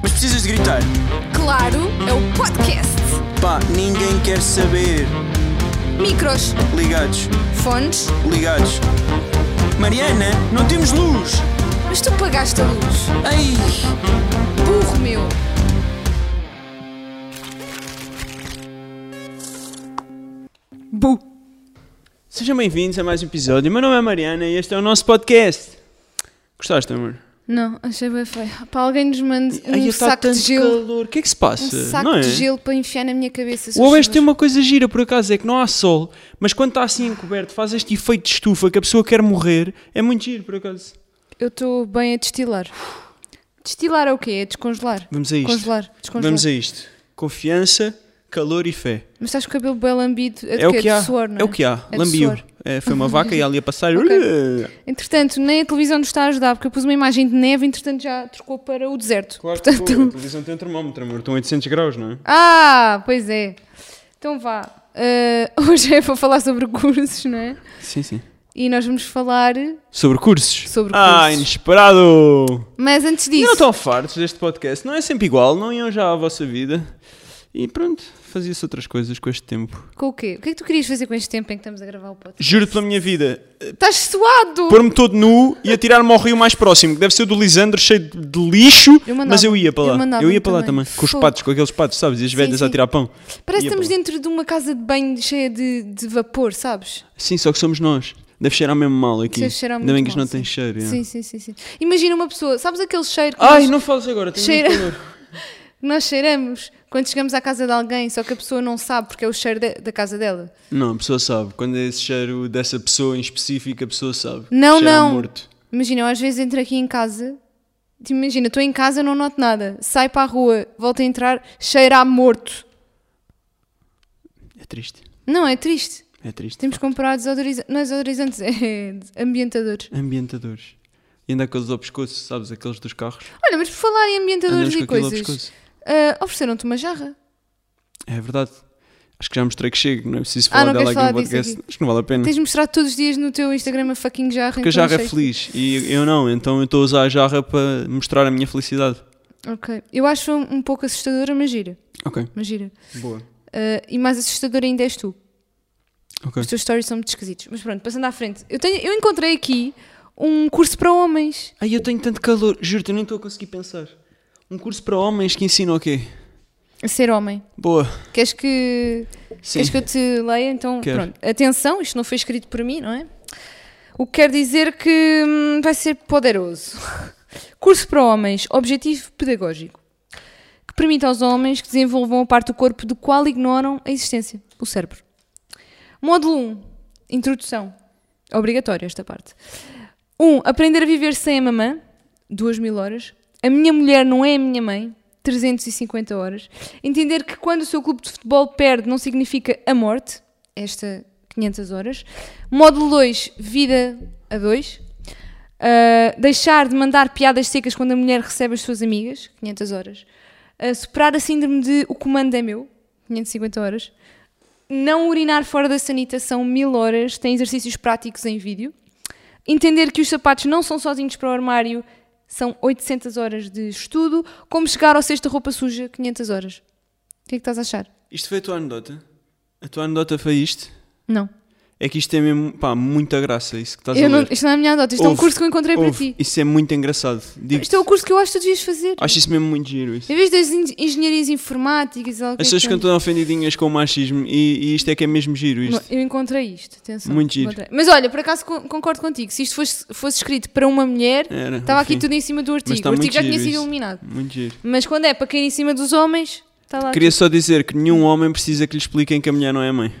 precisas de gritar? Claro, é o podcast. Pá, ninguém quer saber. Micros, Ligados, fones, ligados. Mariana, não temos luz! mas tu pagaste a luz. Ai! Burro meu. Bu! Sejam bem-vindos a mais um episódio. Meu nome é Mariana e este é o nosso podcast. Gostaste, amor? Não, achei bem feio. Para alguém nos mande um Ai, está saco tanto de gelo. calor. O que é que se passa? Um saco não é? de gelo para enfiar na minha cabeça. se O faz Oeste tem favor. uma coisa gira, por acaso, é que não há sol, mas quando está assim encoberto, faz este efeito de estufa que a pessoa quer morrer. É muito giro, por acaso. Eu estou bem a destilar. Destilar é o quê? É descongelar. Vamos a isto. Congelar, descongelar. Vamos a isto. Confiança, calor e fé. Mas estás com o cabelo bem lambido. É, de É o quê? que de há. suor, não é? É o que há. É de Lambiu. suor. É, foi uma vaca e ali a passar. Entretanto, nem a televisão nos está a ajudar, porque eu pus uma imagem de neve, entretanto já trocou para o deserto. Claro que Portanto, foi. A televisão tem um termómetro, amor. Estão 800 graus, não é? Ah, pois é. Então vá. Uh, hoje é para falar sobre cursos, não é? Sim, sim. E nós vamos falar. Sobre cursos. Sobre Ah, cursos. inesperado! Mas antes disso. Não estão fartos deste podcast. Não é sempre igual. Não iam já à vossa vida. E pronto, fazia-se outras coisas com este tempo. Com o quê? O que é que tu querias fazer com este tempo em que estamos a gravar o podcast? Juro pela minha vida, Estás suado! pôr-me todo nu e atirar-me ao rio mais próximo, que deve ser o do Lisandro, cheio de- de lixo, Eu mandava- mas eu ia para eu lá. Eu, mandava ia para lá também. também, com os Fogo. patos, com aqueles patos, sabes? E as velhas a sim. tirar pão. Parece Ia que estamos para dentro de uma casa de banho cheia de, de vapor, sabes? Sim, só que somos nós. Deve cheirar mesmo mal aqui. Deve cheirar Ainda muito bem que isto mal, não tem sim. cheiro. é. Sim, sim, sim, sim. Imagina uma pessoa, sabes aquele cheiro que Ai, nós, não fales agora, tenho Cheira- muito calor. nós cheiramos quando chegamos à casa de alguém, só que a pessoa não sabe porque é o cheiro da- da casa dela? Não, a pessoa sabe. Quando é esse cheiro dessa pessoa em específico, a pessoa sabe. Não, Cheira a não. morto. Imagina, eu às vezes entro aqui em casa, te imagina, estou em casa, não noto nada, saio para a rua, volto a entrar, cheira a morto. É triste. Não, é triste. É triste. Temos que comprar desodorizantes, não é desodorizantes, é ambientadores. Ambientadores. E ainda aqueles ao pescoço, sabes? Aqueles dos carros. Olha, mas por falar em ambientadores Andamos com e aquilo ao coisas, pescoço. ah, ofereceram-te uma jarra. É verdade. Acho que já mostrei que chego, não é preciso Ah, falar não dela queres aqui falar no disso podcast. aqui? Acho que não vale a pena. Tens mostrado todos os dias no teu Instagram a fucking jarra. Porque a então jarra é achei- feliz e eu não, então eu estou a usar a jarra para mostrar a minha felicidade. Ok. Eu acho um, um pouco assustadora, mas gira. Ok, Mas gira. boa. Ah, e mais assustadora ainda és tu. Ok. Os teus stories são muito esquisitos. Mas pronto, passando à frente. Eu, tenho, eu encontrei aqui um curso para homens. Ai, eu tenho tanto calor, juro-te, eu nem estou a conseguir pensar. Um curso para homens que ensina o quê? A ser homem. Boa. Queres que, Sim. queres que eu te leia? Então, Quero. pronto. Atenção, isto não foi escrito por mim, não é? O que quer dizer que hum, vai ser poderoso. Curso para homens, objetivo pedagógico. Que permite aos homens que desenvolvam a parte do corpo do qual ignoram a existência, o cérebro. Módulo 1, introdução. Obrigatória esta parte. 1. Aprender a viver sem a mamã, 2 mil horas. A minha mulher não é a minha mãe, 350 horas. Entender que quando o seu clube de futebol perde não significa a morte, esta 500 horas. Módulo 2, vida a dois. Ah, deixar de mandar piadas secas quando a mulher recebe as suas amigas, 500 horas. Ah, superar a síndrome de o comando é meu, 550 horas. Não urinar fora da sanita são 1000 horas. Tem exercícios práticos em vídeo. Entender que os sapatos não são sozinhos para o armário são 800 horas de estudo. Como chegar ao cesto de roupa suja, 500 horas. O que é que estás a achar? Isto foi a tua anedota? A tua anedota foi isto? Não. É que isto é mesmo, pá, muita graça, isso que estás a Eu não ler. isto não é a minha nota. Isto é um Ouve, curso que eu encontrei para ouve, Ah. ti. Isso é muito engraçado. Digo, Isto é o curso que eu acho que tu devias fazer. acho isso mesmo muito giro. Isso. Em vez das en- engenharias informáticas, algo As pessoas ficam todas ofendidinhas com o machismo e, e isto é que é mesmo giro. Isto. Eu encontrei isto, atenção. Muito giro. Encontrei. Mas olha, por acaso con- concordo contigo. Se isto fosse, fosse escrito para uma mulher, Era, estava aqui É, enfim. tudo em cima do artigo. está O muito artigo já giro tinha sido isso. iluminado. Muito giro. Mas quando é para cair em cima dos homens, está lá. Queria só dizer que nenhum homem precisa que lhe expliquem que a mulher não é mãe.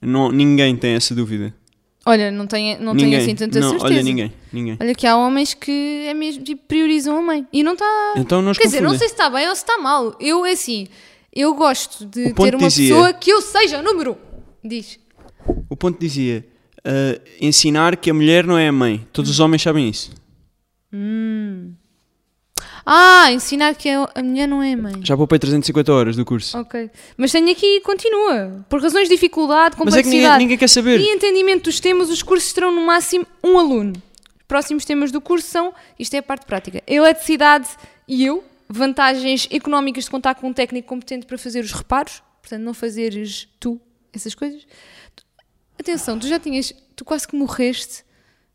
Não, ninguém tem essa dúvida. Olha, não tenho, não tenho ninguém. assim tanta não, certeza. Olha, ninguém. ninguém. Olha que há homens que é mesmo, tipo, priorizam a mãe. E não está. Então não os Quer dizer, não confundem. sei se está bem ou se está mal. Eu, é assim, eu gosto de O ponto ter uma dizia- pessoa que eu seja o número um. Diz. O ponto dizia: ah, ensinar que a mulher não é a mãe. Todos os homens sabem isso. Ah, ensinar que a a mulher não é a mãe. Já poupei 350 horas do curso. Ok. Mas tenho aqui, continua. Por razões de dificuldade, Mas é que complexidade. ninguém, ninguém quer saber. E entendimento dos temas, os cursos terão no máximo um aluno. Os próximos temas do curso são, isto é a parte prática, eletricidade e eu, Vantagens económicas de contar com um técnico competente para fazer os reparos, portanto, não fazeres tu essas coisas. Tu- Atenção, tu já tinhas, tu quase que morreste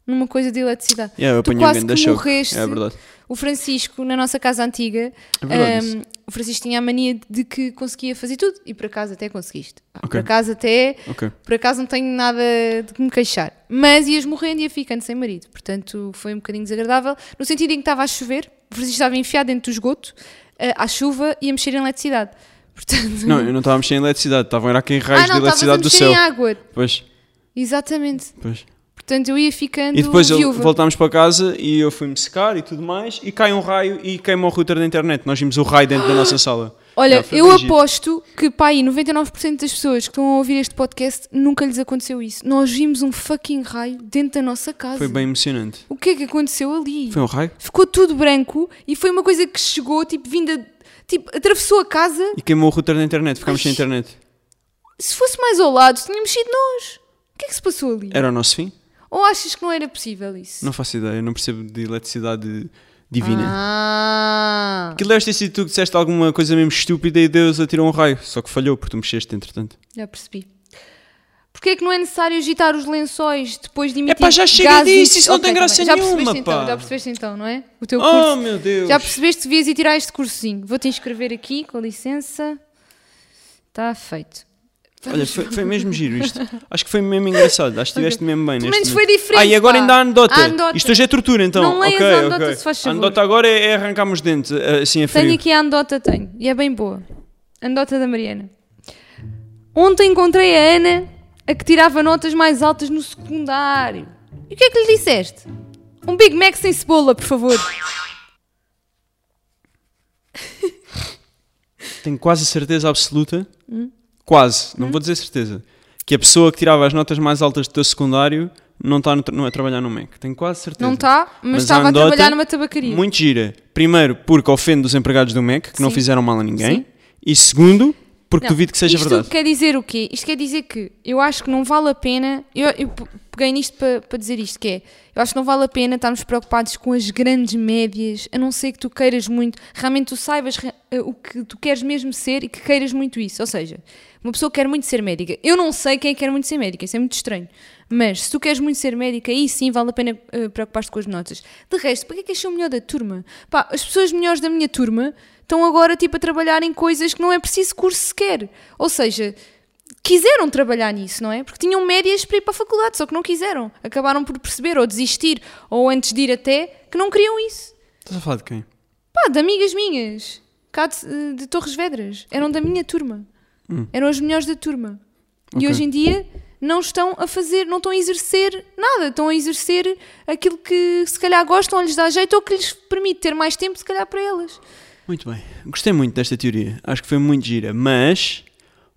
numa coisa de eletricidade. Yeah, eu tu apanhei um quase grande que choque. morreste. É verdade. O Francisco, na nossa casa antiga, É verdade hum, o Francisco tinha a mania de que conseguia fazer tudo e por acaso até conseguiste. Pá, Ok. Por acaso até, Ok. por acaso não tenho nada de que me queixar. Mas ias morrendo e ia ficando sem marido, portanto foi um bocadinho desagradável. No sentido em que estava a chover, o Francisco estava enfiado dentro do esgoto, eh, à chuva e a mexer em eletricidade. Portanto, Não, eu não estava a mexer em eletricidade, estavam a ir aqui em ah, raios não, de estavas a eletricidade do mexer céu. em água. Pois, Exatamente. pois. Portanto, eu ia ficando E depois ele- viúva. voltámos para casa e eu fui-me secar e tudo mais, e cai um raio e queima o router da internet. Nós vimos o raio dentro da nossa sala. Olha, É, foi eu fugido. aposto que, pá, aí 99% das pessoas que estão a ouvir este podcast nunca lhes aconteceu isso. Nós vimos um fucking raio dentro da nossa casa. Foi bem emocionante. O que é que aconteceu ali? Foi um raio? Ficou tudo branco e foi uma coisa que chegou, tipo, vinda. Tipo, atravessou a casa. E queimou o router da internet, ficámos Ai. sem internet. Se fosse mais ao lado, tínhamos sido nós. O que é que se passou ali? Era o nosso fim? Ou achas que não era possível isso? Não faço ideia, não percebo de eletricidade divina. Ah, Aquilo deve ter sido tu que disseste alguma coisa mesmo estúpida e Deus atirou um raio. Só que falhou porque tu mexeste, entretanto. já percebi. Porquê é que não é necessário agitar os lençóis depois de emitir pá, já chega gases? disso, isso não Ok, tem graça tá bem. já nenhuma, percebeste pá. Então, já percebeste então, não é? O teu curso. Oh meu Deus! Já percebeste que devias ir tirar este cursozinho. Vou-te inscrever aqui, com licença. Está feito. Olha, foi, foi mesmo giro isto. Acho que foi mesmo engraçado. Acho que estiveste mesmo bem. Pelo neste menos momento. foi diferente, Ah, e agora pá. ainda há anedota. A anedota. Isto hoje é tortura, então. Não leias Ok, a anedota, ok. se faz A favor. anedota agora é, é arrancarmos dentes, eh, assim a frio. Tenho aqui a anedota, tenho. E é bem boa. Anedota da Mariana. Ontem encontrei a Ana, a que tirava notas mais altas no secundário. E o que é que lhe disseste? Um Big Mac sem cebola, por favor. Tenho quase a certeza absoluta. Hum? Quase, não vou dizer certeza. Que a pessoa que tirava as notas mais altas do teu secundário não está no tra- não a trabalhar no MEC. Tenho quase certeza. Não está, mas, Mas a estava a anedota, trabalhar numa tabacaria. Muito gira. Primeiro, porque ofende os empregados do MEC, que não Sim. fizeram mal a ninguém. Sim. E segundo, porque Não, duvido que seja isto verdade. quer dizer o quê? Isto quer dizer que eu acho que não vale a pena. Eu, eu p- peguei nisto para dizer isto: que é, eu acho que não vale a pena estarmos preocupados com as grandes médias, a não ser que tu queiras muito, realmente tu saibas re- eh, o que tu queres mesmo ser e que queiras muito isso. Ou seja, uma pessoa quer muito ser médica. Eu não sei quem quer muito ser médica, isso é muito estranho. Mas se tu queres muito ser médica, aí sim vale a pena eh, preocupar-te com as notas. De resto, para que é que acham o melhor da turma? Pá, as pessoas melhores da minha turma estão agora tipo a trabalhar em coisas que não é preciso curso sequer. Ou seja, quiseram trabalhar nisso, não é? Porque tinham médias para ir para a faculdade, só que não quiseram. Acabaram por perceber ou desistir, ou antes de ir até, que não queriam isso. Estás a falar de quem? Pá, de amigas minhas, cá de, de Torres Vedras, eram da minha turma. Eram as melhores da turma. Hum. Ok. E hoje em dia não estão a fazer, não estão a exercer nada, estão a exercer aquilo que se calhar gostam, ou lhes dá jeito, ou que lhes permite ter mais tempo, se calhar, para elas. Muito bem. Gostei muito desta teoria. Acho que foi muito gira. Mas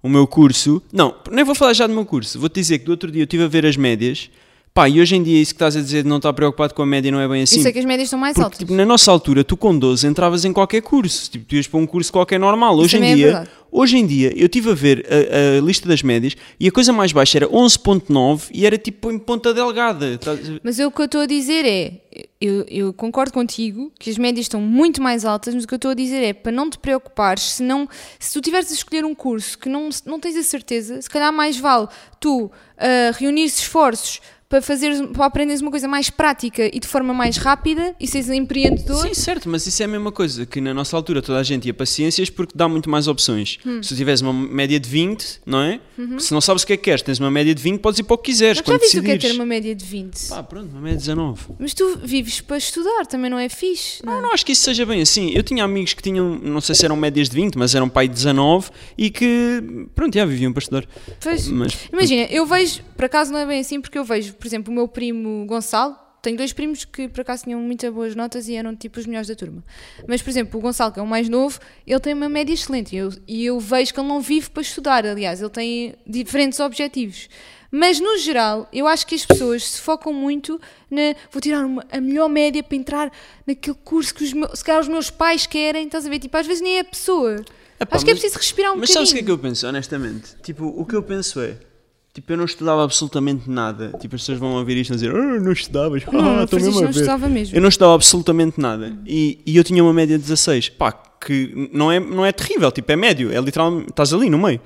o meu curso. Não, nem vou falar já do meu curso. Vou-te dizer que do outro dia eu estive a ver as médias. Pá, e hoje em dia isso que estás a dizer de não estar preocupado com a média não é bem assim. Eu sei que as médias estão mais Porque, altas. tipo, na nossa altura, tu com 12 entravas em qualquer curso. Tipo, tu ias para um curso qualquer normal. Hoje também em é dia, verdade. hoje em dia, eu estive a ver a, a lista das médias e a coisa mais baixa era 11.9 e era tipo em ponta delgada. Estás a- Mas eu, o que eu estou a dizer é, eu, eu concordo contigo que as médias estão muito mais altas, mas o que eu estou a dizer é para não te preocupares, se, não, se tu tiveres a escolher um curso que não, não tens a certeza, se calhar mais vale tu ah, reunir esforços para, fazeres, para aprenderes uma coisa mais prática e de forma mais rápida e seres um empreendedor. Sim, certo, mas isso é a mesma coisa que na nossa altura toda a gente ia para ciências porque dá muito mais opções. Hum. Se tu tiveres uma média de 20, não é? Se não sabes o que é que queres, tens uma média de 20, podes ir para o que quiseres. Uhum. Mas já quando viste o que é decidires. ter uma média Ah. de 20? Pá, pronto, uma média de 19. Mas tu vives para estudar, também não é fixe? Não, não acho que isso seja bem assim. Eu tinha amigos que tinham, não sei se eram médias de 20, mas eram pai de 19 e que, pronto, já viviam para estudar. Pois. Mas, Imagina, eu vejo, por acaso não é bem assim, porque eu vejo, por exemplo, o meu primo Gonçalo. Tenho dois primos que por acaso tinham muito boas notas e eram tipo os melhores da turma. Mas, por exemplo, o Gonçalo, que é o mais novo, ele tem uma média excelente e eu, e eu vejo que ele não vive para estudar. Aliás, ele tem diferentes objetivos. Mas, no geral, eu acho que as pessoas se focam muito na. Vou tirar uma- a melhor média para entrar naquele curso que os meus, se calhar os meus pais querem. Estás a ver? Tipo, às vezes nem é a pessoa. Epá, acho que é mas- preciso respirar um mas bocadinho. sabes o que é que eu penso, honestamente? Tipo, o que eu penso é, Tipo, eu não estudava absolutamente nada. Tipo, as pessoas vão ouvir isto e vão dizer, oh, não estudavas, Não, não, ah, não, estou mesmo Francisco não a ver. estudava mesmo. Hum. Eu não estudava absolutamente nada. E, e eu tinha uma média de 16. Pá, que não é, não é terrível, tipo, é médio. É literalmente, estás ali no meio.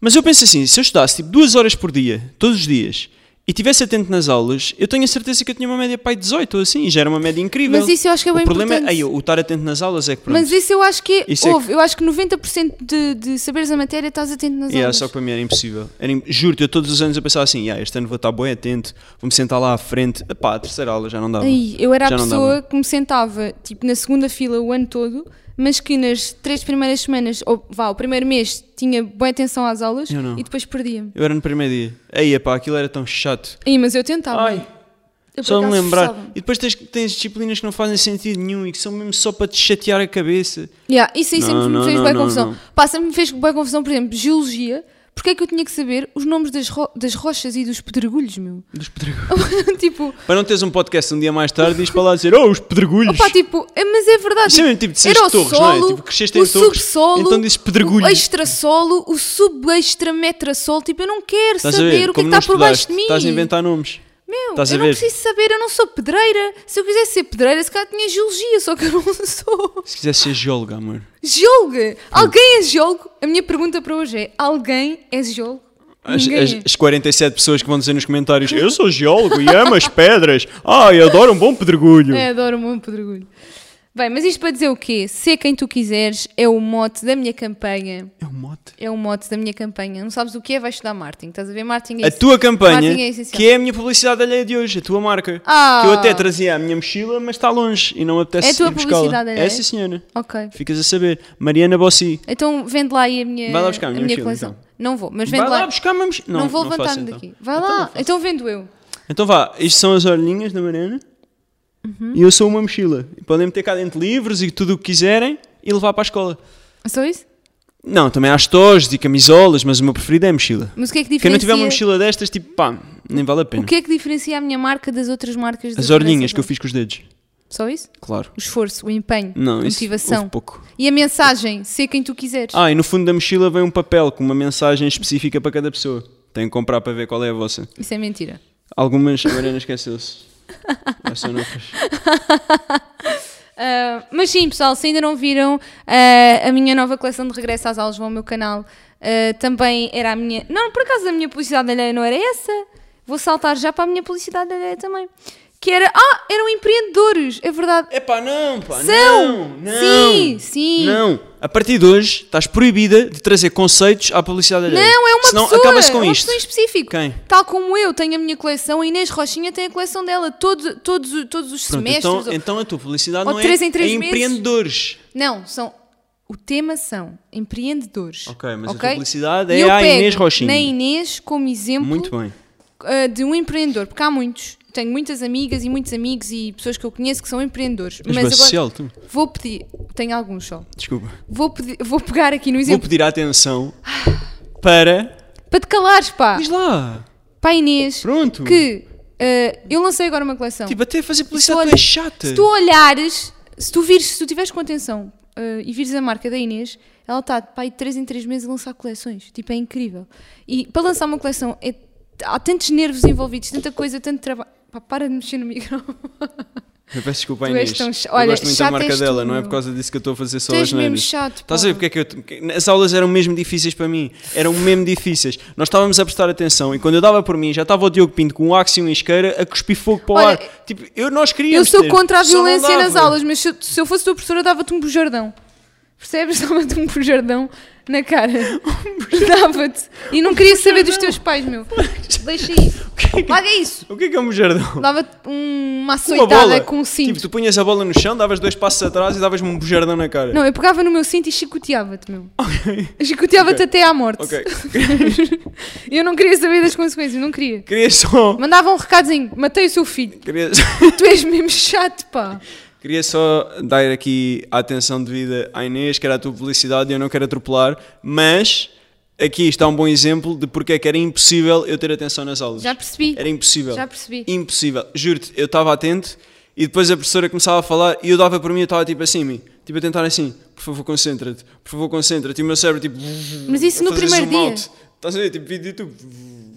Mas eu penso assim, se eu estudasse tipo duas horas por dia, todos os dias, e tivesse atento nas aulas, eu tenho a certeza que eu tinha uma média pai de 18 ou assim, e já era uma média incrível. Mas isso eu acho que é bem o problema importante. é, aí, o estar atento nas aulas é que pronto. Mas isso eu acho que Isso é que- houve. Eu acho que 90% de, de saberes a matéria estás atento nas Yeah, aulas. só que para mim era impossível. Era im- Juro-te, eu todos os anos eu pensava assim, yeah, este ano vou estar bem atento, vou-me sentar lá à frente. Epá, a terceira aula já não dava. Ai, eu era a Já não pessoa dava. que me sentava tipo, na segunda fila o ano todo, mas que nas três primeiras semanas, ou vá, o primeiro mês tinha boa atenção às aulas Eu não. e depois perdia-me. Eu era no primeiro dia. Aí, epá, aquilo era tão chato. Ai, mas Tá eu tentava. Ai, Eu, por só de me acaso, lembrar. esforçava-me. E depois tens, tens disciplinas que não fazem sentido nenhum e que são mesmo só para te chatear a cabeça. Yeah, isso aí Não, sempre me não, fez não, boa não, confusão. não. Pá, sempre me fez boa confusão, por exemplo, geologia. Porquê é que eu tinha que saber os nomes das, ro- das rochas e dos pedregulhos, meu? Dos pedregulhos. tipo, Para não teres um podcast um dia mais tarde e ires para lá dizer, oh, os pedregulhos. opá, tipo, é- mas é verdade. Isso é mesmo tipo de Era seres o torres, solo, não é? Tipo, cresceste o em torres, subsolo, então dizes pedregulhos. o extrasolo, o sub-extra-metrasolo. Tipo, eu não quero Estás a saber ver? o que é Como que está não por baixo estudaste, de mim. estás a inventar nomes. Meu, estás eu a não ver? preciso saber, eu não sou pedreira. Se eu quisesse ser pedreira, se calhar tinha geologia, só que eu não sou. Se quiseres ser geóloga, amor. Geóloga! Alguém é geólogo? A minha pergunta para hoje é, alguém é geólogo? As, Ninguém as- é. as 47 pessoas que vão dizer nos comentários Eu sou geólogo e amo as pedras Ai, adoro um bom pedregulho É, adoro o um pedregulho. Bem, mas isto para dizer o quê? Ser quem tu quiseres é o mote da minha campanha. É um mote É o mote da minha campanha. Não sabes o que é, vais estudar marketing. Estás a ver? Marketing é A isso. tua campanha, Marketing é essencial. que é a minha publicidade alheia de hoje A tua marca Ah. Que eu até trazia à minha mochila, mas está longe E não me apetece É a tua ir buscá-la. publicidade alheia? É sim senhora Ok. Ficas a saber Mariana Bossi Então vende lá aí a minha, Vai lá buscar a a minha minha mochila, coleção. então. Não vou, mas vende Vai lá. lá buscar uma mochila Não, vou faço, levantar-me então. daqui. Vai lá. Então, vendo eu. Então vá, isto são as orelhinhas da Mariana Uhum. E eu sou uma mochila E podem meter cá dentro livros e tudo o que quiserem E levar para a escola É Só isso? Não, também há estojos e camisolas, mas o meu preferido é a mochila. Mas o que é que Quem não diferencia? tiver uma mochila destas, tipo, pá, nem vale a pena. O que é que diferencia a minha marca das outras marcas? As da orninhas que eu França? fiz com os dedos, Só isso? claro. O esforço, o empenho, Não, a isso motivação. houve pouco. E a mensagem, ser quem tu quiseres. Ah, e no fundo da mochila vem um papel com uma mensagem específica para cada pessoa. Tem que comprar para ver qual é a vossa. Isso é mentira. Algumas, a Mariana esqueceu-se. Ah, só não fez. Ah, mas sim, pessoal, se ainda não viram, ah, a minha nova coleção de regresso às aulas vão ao meu canal. Ah, também era a minha. Não, por acaso a minha publicidade alheia não era essa. Vou saltar já para a minha publicidade alheia também. Que era. Ah, eram empreendedores, é verdade. Epá, não, pá, São! não, não. Sim, sim. Não. A partir de hoje, estás proibida de trazer conceitos à publicidade alheia. Não, é uma Senão, pessoa. acaba-se é com uma isto. pessoa em específico. Quem? Tal como eu tenho a minha coleção, a Inês Rochinha tem a coleção dela. Todo, todos, o- todos os Pronto, semestres. então, ou- então a tua publicidade ou não é, três em três é meses. empreendedores. Não, são. O tema são empreendedores. Ok, mas a ok? publicidade E é eu a pego Inês Rochinha. Na Inês, como exemplo Muito bem. uh, de um empreendedor, porque há muitos. Tenho muitas amigas e muitos amigos e pessoas que eu conheço que são empreendedores. És mas bué agora social, tu? vou pedir, tenho alguns só. Desculpa. Vou, pedir- vou pegar aqui no Vou exemplo pedir a atenção para. para te calares, pá. Diz lá! Para a Inês, Pronto. que uh, eu lancei agora uma coleção. Tipo, até fazer tu publicidade olha- tu és chata. Se tu olhares, se tu vires, se tu tiveres com atenção eh, e vires a marca da Inês, ela está pá, aí de 3 em 3 meses a lançar coleções. Tipo, é incrível. E para lançar uma coleção é- há tantos nervos envolvidos, tanta coisa, tanto trabalho. Pá, para de mexer no micro. Eu peço desculpa à Tu és Inês. tão ch- eu olha, gosto muito da chata marca és tu, dela, não é meu. por causa disso que eu estou a fazer só Tu és as neiras. mesmo chato, Estás a ver pá. porque é que eu. que- As aulas eram mesmo difíceis para mim. Eram mesmo difíceis. Nós estávamos a prestar atenção e quando eu dava por mim já estava o Diogo Pinto com um Axiom e isqueira a cuspir fogo para o Olha, ar. Tipo, eu, nós Eu queríamos. sou ter, contra a só não violência nas dava. aulas, mas se eu, se eu fosse tua professora, dava-te um bujardão. Percebes? Dava-te um bujardão na cara. dava-te. E não queria saber dos teus pais, meu. Deixa isso. Larga isso. O que é que é um bujardão? Dava-te um- uma uma bola. açoitada com um cinto. Tipo, tu punhas a bola no chão, davas dois passos atrás e davas-me um bujardão na cara. Não, eu pegava no meu cinto e chicoteava-te, meu. Ok. Chicoteava-te até à morte. Ok. eu não queria saber das consequências, não queria. Queria só. Mandava um recadozinho, matei o seu filho. Queria, Tu és mesmo chato, pá. queria só dar aqui a atenção devida à Inês, que era a tua publicidade e eu não quero atropelar, mas aqui está um bom exemplo de porque é que era impossível eu ter atenção nas aulas. Já percebi. Era impossível. Já percebi. Impossível. Juro-te, eu estava atento e depois a professora começava a falar e eu dava por mim e eu estava tipo assim, mi, tipo a tentar assim, por favor concentra-te, por favor concentra-te e o meu cérebro tipo... Mas isso no a fazer primeiro zoom dia. out. Estás a ver? Tipo vídeo de YouTube.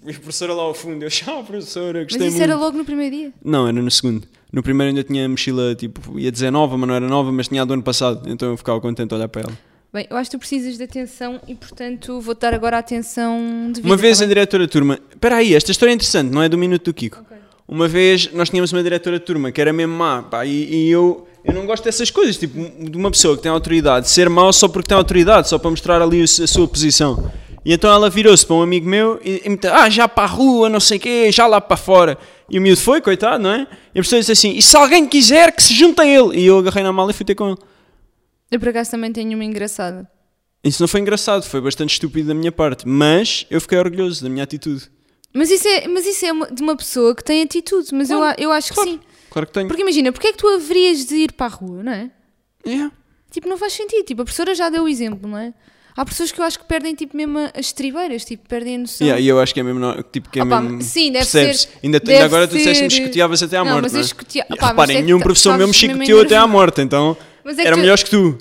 E a professora lá ao fundo, eu, tchau, professora, Mas gostei isso muito. era logo no primeiro dia. Não, era no segundo. No primeiro ainda tinha a mochila, tipo, ia dizer nova, mas não era nova, mas tinha a do ano passado. Então eu ficava contente a olhar para ela. Bem, eu acho que tu precisas de atenção e, portanto, vou dar agora a atenção devida. Uma vez tá a diretora de turma. Espera aí, esta história é interessante, não é do Minuto do Kiko. Uma vez nós tínhamos uma diretora de turma que era mesmo má, pá, e, e eu, eu não gosto dessas coisas, tipo, m- de uma pessoa que tem autoridade ser mau só porque tem autoridade, só para mostrar ali o s- a sua posição. E então ela virou-se para um amigo meu e, e me disse, ah, já para a rua, não sei o quê, já lá para fora. E o miúdo foi, coitado, não é? E a pessoa disse assim, e se alguém quiser que se junte a ele? E eu agarrei na mala e fui ter com ele. bem. Eu, por acaso, também tenho uma engraçada. Isso não foi engraçado, foi bastante estúpido da minha parte, mas eu fiquei orgulhoso da minha atitude. Mas isso é, mas isso é uma- de uma pessoa que tem atitude, mas eu, a- eu acho que sim. Claro que tenho. Porque imagina, porque é que tu haverias de ir para a rua, não é? Yeah. Tipo, não faz sentido. Tipo, a professora já deu o exemplo, não é? Há pessoas que eu acho que perdem, tipo, mesmo as tribeiras, tipo, perdem a noção. Yeah, e eu acho que é mesmo. no- Tipo, que é Opa, mesmo sim, deve percebes? ser- Ainda, deve ainda agora tu disseste-me ser- chicoteavas até à Não, morte. mas eu não é? escotea- E Opa, mas Reparem, é que nenhum tá- professor meu me estavas mesmo chicoteou até à enervado. morte, então Mas é que era tu- melhores que tu.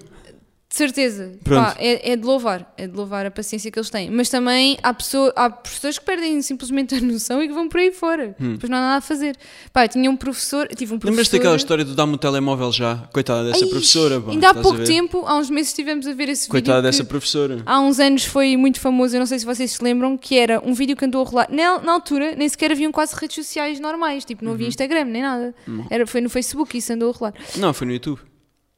De certeza. Pronto. Pá, é, é de louvar. É de louvar a paciência que eles têm. Mas também há, pessoa, há professores que perdem simplesmente a noção e que vão por aí fora. Depois não há nada a fazer. Pá, eu tinha um professor. Tive um professor. Hum. Lembras-te daquela história do dar-me o telemóvel já? Coitada dessa Ai, professora. pá, ainda há estás a pouco ver? tempo, há uns meses, estivemos a ver esse Coitada vídeo. que dessa professora. Há uns anos foi muito famoso, eu não sei se vocês se lembram, que era um vídeo que andou a rolar. Na, na altura nem sequer haviam quase redes sociais normais, tipo, não Uhum. havia Instagram nem nada. Era, foi no Facebook isso andou a rolar. Não, foi no YouTube.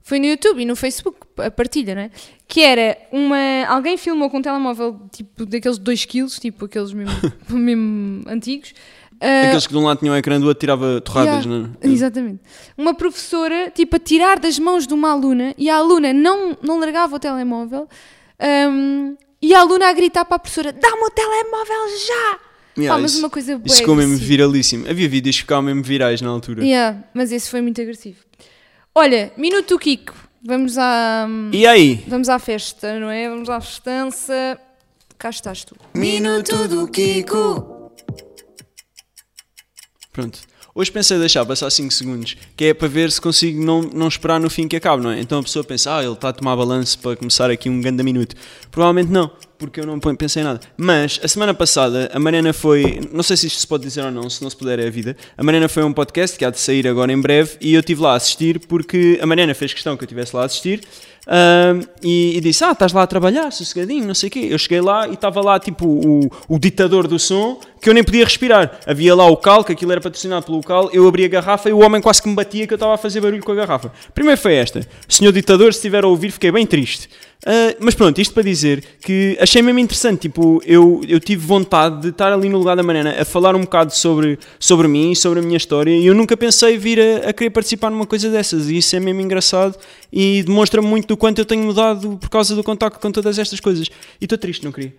Foi no YouTube e no Facebook, a partilha, não é? Que era uma. Alguém filmou com um telemóvel tipo daqueles 2 kg, tipo aqueles mesmo, mesmo antigos. ah, Aqueles que de um lado tinham o ecrã, do outro tirava torradas, Yeah, não é? Ah, Exatamente. Uma professora, tipo, a tirar das mãos de uma aluna e a aluna não, não largava o telemóvel hum, e a aluna a gritar para a professora: dá-me o telemóvel já! Yeah, Pá, mas isso- uma coisa assim. boa. Isso ficou mesmo viralíssimo. Havia vídeos que ficavam mesmo virais na altura. mas esse foi muito agressivo. Olha, minuto Kiko. Vamos à, E aí? vamos à festa, não é? Vamos à festança. Cá estás tu. Minuto do Kiko. Pronto. Hoje pensei deixar passar 5 segundos, que é para ver se consigo não, não esperar no fim que acabe, não é? Então a pessoa pensa, ah, ele está a tomar balanço para começar aqui um grande minuto. Provavelmente não, porque eu não pon- pensei em nada. Mas a semana passada a Mariana foi, não sei se isto se pode dizer ou não, se não se puder é a vida. A Mariana foi a um podcast que há de sair agora em breve e eu estive lá a assistir porque a Mariana fez questão que eu estivesse lá a assistir. ahm, e, e disse, ah, estás lá a trabalhar, sossegadinho, não sei o quê. Eu cheguei lá e estava lá, tipo, o, o ditador do som, que eu nem podia respirar. Havia lá o cal, que aquilo era patrocinado pelo cal, eu abri a garrafa e o homem quase que me batia que eu estava a fazer barulho com a garrafa. Primeiro foi esta. Senhor ditador, se estiver a ouvir, fiquei bem triste. Ah, mas pronto, isto para dizer que achei mesmo interessante, tipo, eu, eu tive vontade de estar ali no lugar da Mariana a falar um bocado sobre, sobre mim, sobre a minha história, e eu nunca pensei vir a, a querer participar numa coisa dessas, e isso é mesmo engraçado e demonstra muito do quanto eu tenho mudado por causa do contacto com todas estas coisas. E estou triste, não queria.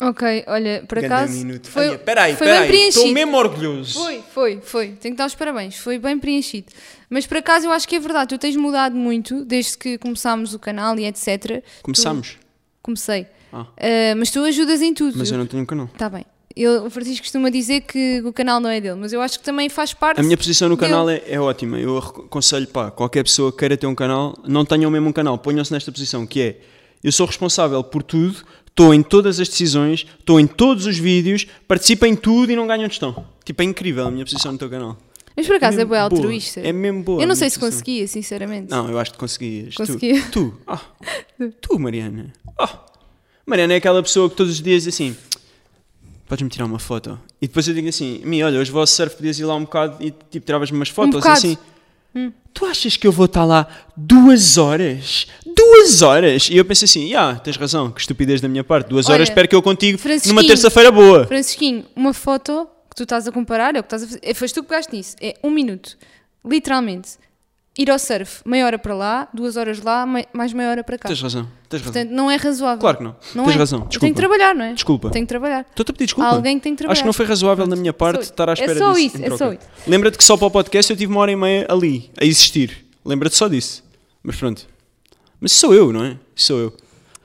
Ok, olha, por Ganda acaso. minuto. Foi, Olha, peraí, foi peraí, bem preenchido. Estou mesmo orgulhoso. Foi, foi, foi. Tenho que dar os parabéns. Foi bem preenchido. Mas por acaso eu acho que é verdade. Tu tens mudado muito desde que começámos o canal e etc. Começámos. Tu- comecei. Ah. Ah, mas tu ajudas em tudo. Mas eu não tenho um canal. Tá bem. Eu, o Francisco costuma dizer que o canal não é dele, mas eu acho que também faz parte. A minha posição no dele. canal é, é ótima. Eu aconselho para qualquer pessoa que queira ter um canal, não tenham mesmo um canal. Ponham-se nesta posição, que é eu sou responsável por tudo, estou em todas as decisões, estou em todos os vídeos, participo em tudo e não ganho onde estão. Tipo, é incrível a minha posição no teu canal. Mas por acaso é, mesmo boa boa. altruísta. É mesmo boa Eu a não minha sei se posição. conseguia, sinceramente. Não, eu acho que conseguias. Tu- Conseguia. Tu, Ah. tu Mariana. Ah. Mariana é aquela pessoa que todos os dias diz assim: podes-me tirar uma foto? E depois eu digo assim: Mi, olha, hoje vou ao surf, podias ir lá um bocado e tipo, tiravas-me umas fotos Um bocado. Hum. assim. Tu achas que eu vou estar lá duas horas? Duas horas! E eu penso assim: ah, tens razão, que estupidez da minha parte. Duas Olha, horas espero que eu contigo numa Francisquinho. terça-feira boa. Francisquinho, uma foto que tu estás a comparar, é o que estás a fazer. é, Foste tu que pegaste nisso. É um minuto. Literalmente. Ir ao surf, meia hora para lá, duas horas lá, mai- mais meia hora para cá. Tens razão, tens razão. Portanto, não é razoável. Claro que não. Não Tens é. razão. Eu Desculpa. Tenho que trabalhar, não é? Desculpa. Tenho que trabalhar. Estou-te a pedir desculpa. Há alguém que tem que trabalhar. Acho que não foi razoável da minha parte Só- estar à é espera só disso. isso, em é troca. só isso. Lembra-te que só para o podcast eu tive uma hora e meia ali, a existir. Lembra-te só disso. Mas pronto. Mas sou eu, não é? Sou eu.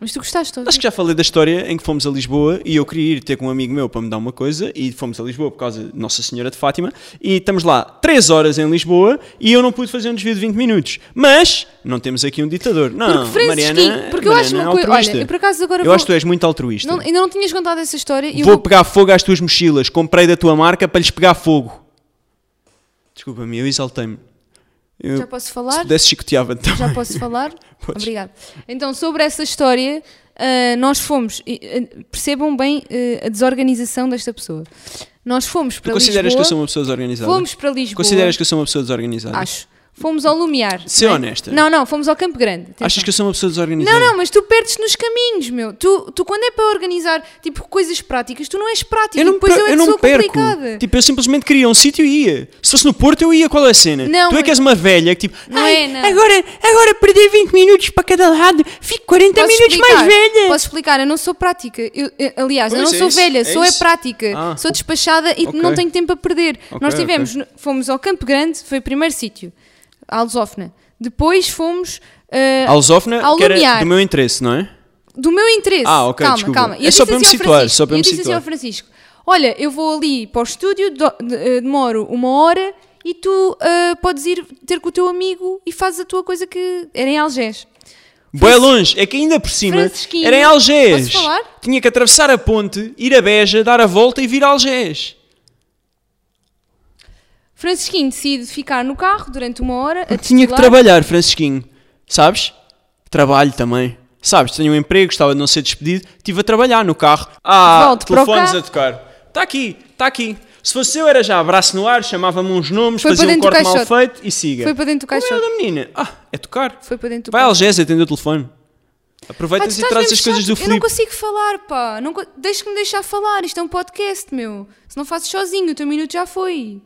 Mas tu gostaste todo. Acho que já falei da história em que fomos a Lisboa e eu queria ir ter com um amigo meu para me dar uma coisa e fomos a Lisboa por causa de Nossa Senhora de Fátima e estamos lá 3 horas em Lisboa e eu não pude fazer um desvio de 20 minutos. Mas não temos aqui um ditador. Não, Porque Francisquinho, Mariana, porque eu Mariana acho uma é coisa- olha, altruísta. eu por acaso agora Eu vou- acho que tu és muito altruísta. Não- ainda não tinhas contado essa história e eu vou pegar fogo às tuas mochilas. Comprei da tua marca para lhes pegar fogo. Desculpa-me, eu exaltei-me. Eu, Já posso falar? Se pudesse, chicoteava-te também. Já posso falar? Podes. Obrigada. Então, sobre essa história, ah, nós fomos. e, ah, percebam bem ah, a desorganização desta pessoa. Nós fomos Tu para consideras que eu sou Lisboa. uma pessoa desorganizada? Fomos para Lisboa. Consideras que eu sou uma pessoa desorganizada? Acho. Fomos ao Lumiar. Ser não é? honesta. Não, não, fomos ao Campo Grande. Atenção. Achas que eu sou uma pessoa desorganizada? Não, não, mas tu perdes nos caminhos, meu. Tu, tu quando é para organizar, tipo, coisas práticas, tu não és prático. Eu e não, depois per- eu é eu que não sou perco. complicada. Tipo, eu simplesmente queria um sítio e ia. Se fosse no Porto, eu ia. Qual é a cena? Não, tu é que és mas- uma velha que tipo. Não "Ai, é, não. Agora, agora perder 20 minutos para cada lado, fico 40 Posso minutos explicar? mais velha. Posso explicar, eu não sou prática. Eu, eh, aliás, eu Pois, não é sou isso, velha, é sou é isso. prática. Ah. Sou despachada e Ok. não tenho tempo a perder. Ok, Nós tivemos, no- fomos ao Campo Grande, foi o primeiro sítio, à Lusófona. Depois fomos eh, A Lusófona, ao que era Lumiar. do meu interesse, não é? do meu interesse. Ah, ok, calma, desculpa. calma. E É eu só disse para me assim ao situar, Francisco, só para e eu me disse assim situar. ao Francisco: Olha, eu vou ali para o estúdio, do- de- eh, demoro uma hora e tu eh, podes ir ter com o teu amigo e fazes a tua coisa que era em Algés. Boa longe, é que ainda por cima Francisquinho, era em Algés. posso falar? Tinha que atravessar a ponte, ir a Beja, dar a volta e vir a Algés. Francisquinho decide ficar no carro durante uma hora. a Tinha que destilar. trabalhar, Francisquinho. Sabes? Trabalho também. Sabes, tenho um emprego, estava a não ser despedido, estive a trabalhar no carro. Ah, Volte para o telefones carro. a tocar. Está aqui, está aqui. Se fosse eu, era já abraço no ar, chamava-me uns nomes, Foi fazia para um dentro do corte mal caixote. feito e siga. Foi para dentro do Como é o caixote. da menina? Ah, é tocar. Foi para dentro do Vai a carro. Algés, atender o telefone. Ah, tu Aproveitas e estás trazes mesmo as coisas chato. do Eu não Filipe. consigo falar, pá. Não co- Deixa-me deixar falar. Isto é um podcast, meu. Se não fazes sozinho, o teu minuto já foi.